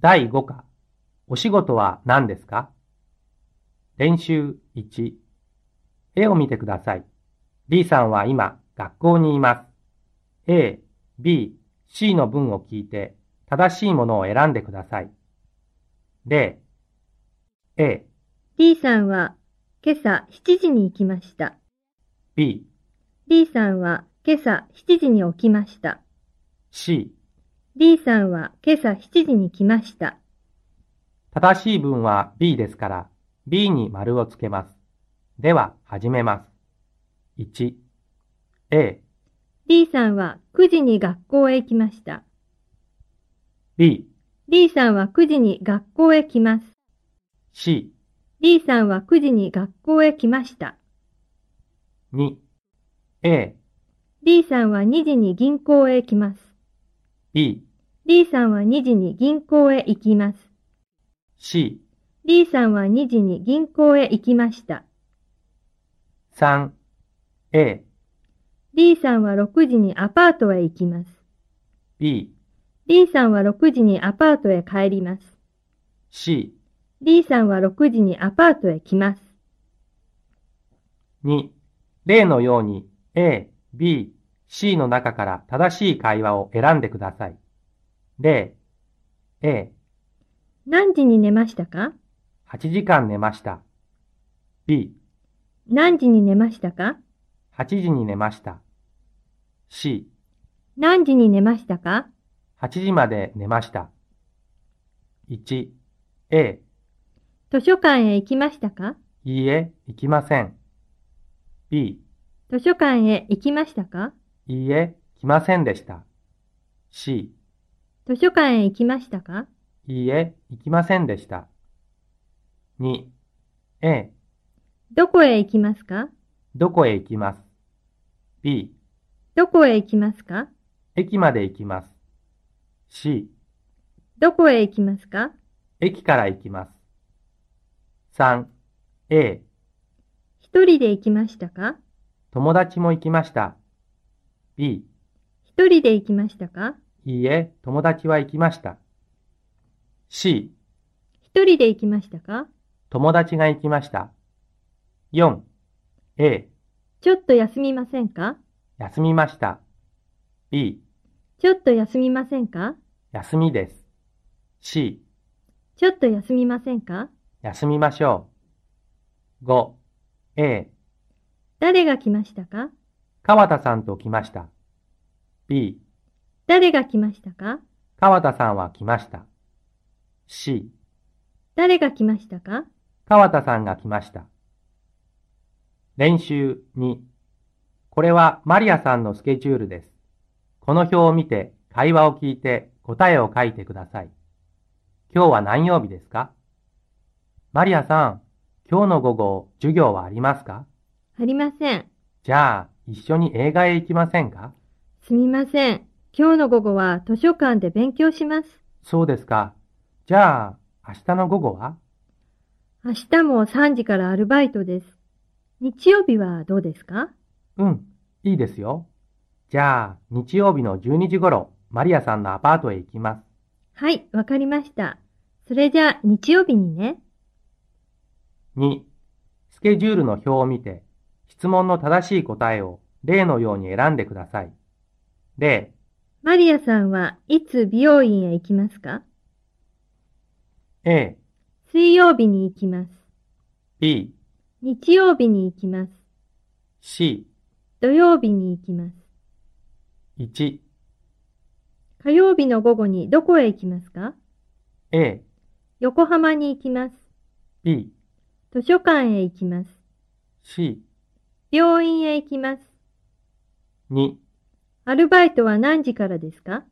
第5課、お仕事は何ですか練習1、絵を見てください。B さんは今、学校にいます。A、B、C の文を聞いて、正しいものを選んでください。例、A、 B さんは今朝7時に行きました。 B、 B さんは今朝7時に起きました。 C、 D さんは今朝7時に来ました。正しい文は B ですから、B に丸をつけます。では、始めます。1、A、 D さんは9時に学校へ行きました。 B、 D さんは9時に学校へ来ます。 C、 D さんは9時に学校へ来ました。 2、A、 D さんは2時に銀行へ行きます。 B、 D さんは2時に銀行へ行きます。 C、 D さんは2時に銀行へ行きました。 3、A、 D さんは6時にアパートへ行きます。 B、 D さんは6時にアパートへ帰ります。 C、 D さんは6時にアパートへ来ます。 2、例のように A、B、C の中から正しい会話を選んでください。例、A、何時に寝ましたか ?8 時間寝ました。B、何時に寝ましたか ?8 時に寝ました。C、何時に寝ましたか ?8 時まで寝ました。1、A、図書館へ行きましたかいいえ、行きません。B、図書館へ行きましたかいいえ、来ませんでした。C、図書館へ行きましたかいいえ、行きませんでした。2、A、どこへ行きますかどこへ行きます ?B、どこへ行きますか駅まで行きます。C、どこへ行きますか駅から行きます。3、A、一人で行きましたか友達も行きました。B、一人で行きましたかいいえ、友達は行きました。C、一人で行きましたか友達が行きました。4、A、ちょっと休みませんか休みました。B、ちょっと休みませんか休みです。C、ちょっと休みませんか休みましょう。5、A、誰が来ましたか川田さんと来ました。B。誰が来ましたか川田さんは来ました。C。誰が来ましたか川田さんが来ました。練習2。これはマリアさんのスケジュールです。この表を見て会話を聞いて答えを書いてください。今日は何曜日ですかマリアさん、今日の午後授業はありますかありません。じゃあ、一緒に映画へ行きませんかすみません。今日の午後は図書館で勉強します。そうですか。じゃあ、明日の午後は明日も3時からアルバイトです。日曜日はどうですかうん、いいですよ。じゃあ、日曜日の12時頃、マリアさんのアパートへ行きます。はい、わかりました。それじゃあ、日曜日にね。 2、スケジュールの表を見て、質問の正しい答えを例のように選んでください。例、マリアさんはいつ美容院へ行きますか ?A、水曜日に行きます。 B、日曜日に行きます。 C、土曜日に行きます。 1、火曜日の午後にどこへ行きますか A、横浜に行きます。 B、図書館へ行きます。 C、病院へ行きます。 2、アルバイトは何時からですか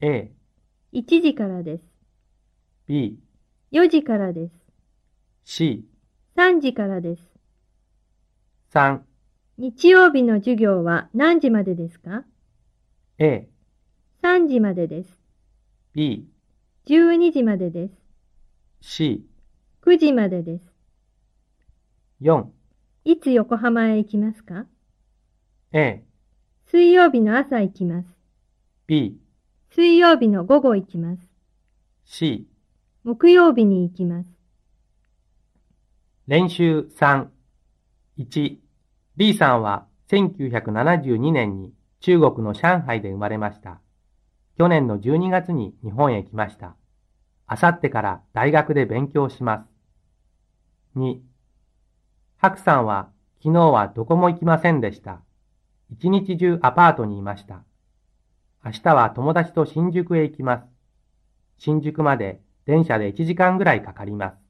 A、 ?1 時からです。 B、 4時からです。 C、 3時からです。 3、日曜日の授業は何時までですか A、 ?3 時までです。 B、 12時までです。 C、 9時までです。 4、いつ横浜へ行きますか A、水曜日の朝行きます。 B、水曜日の午後行きます。 C、木曜日に行きます。練習3、1、李さんは1972年に中国の上海で生まれました。去年の12月に日本へ来ました。あさってから大学で勉強します。2、白さんは昨日はどこも行きませんでした。一日中アパートにいました。明日は友達と新宿へ行きます。新宿まで電車で1時間ぐらいかかります。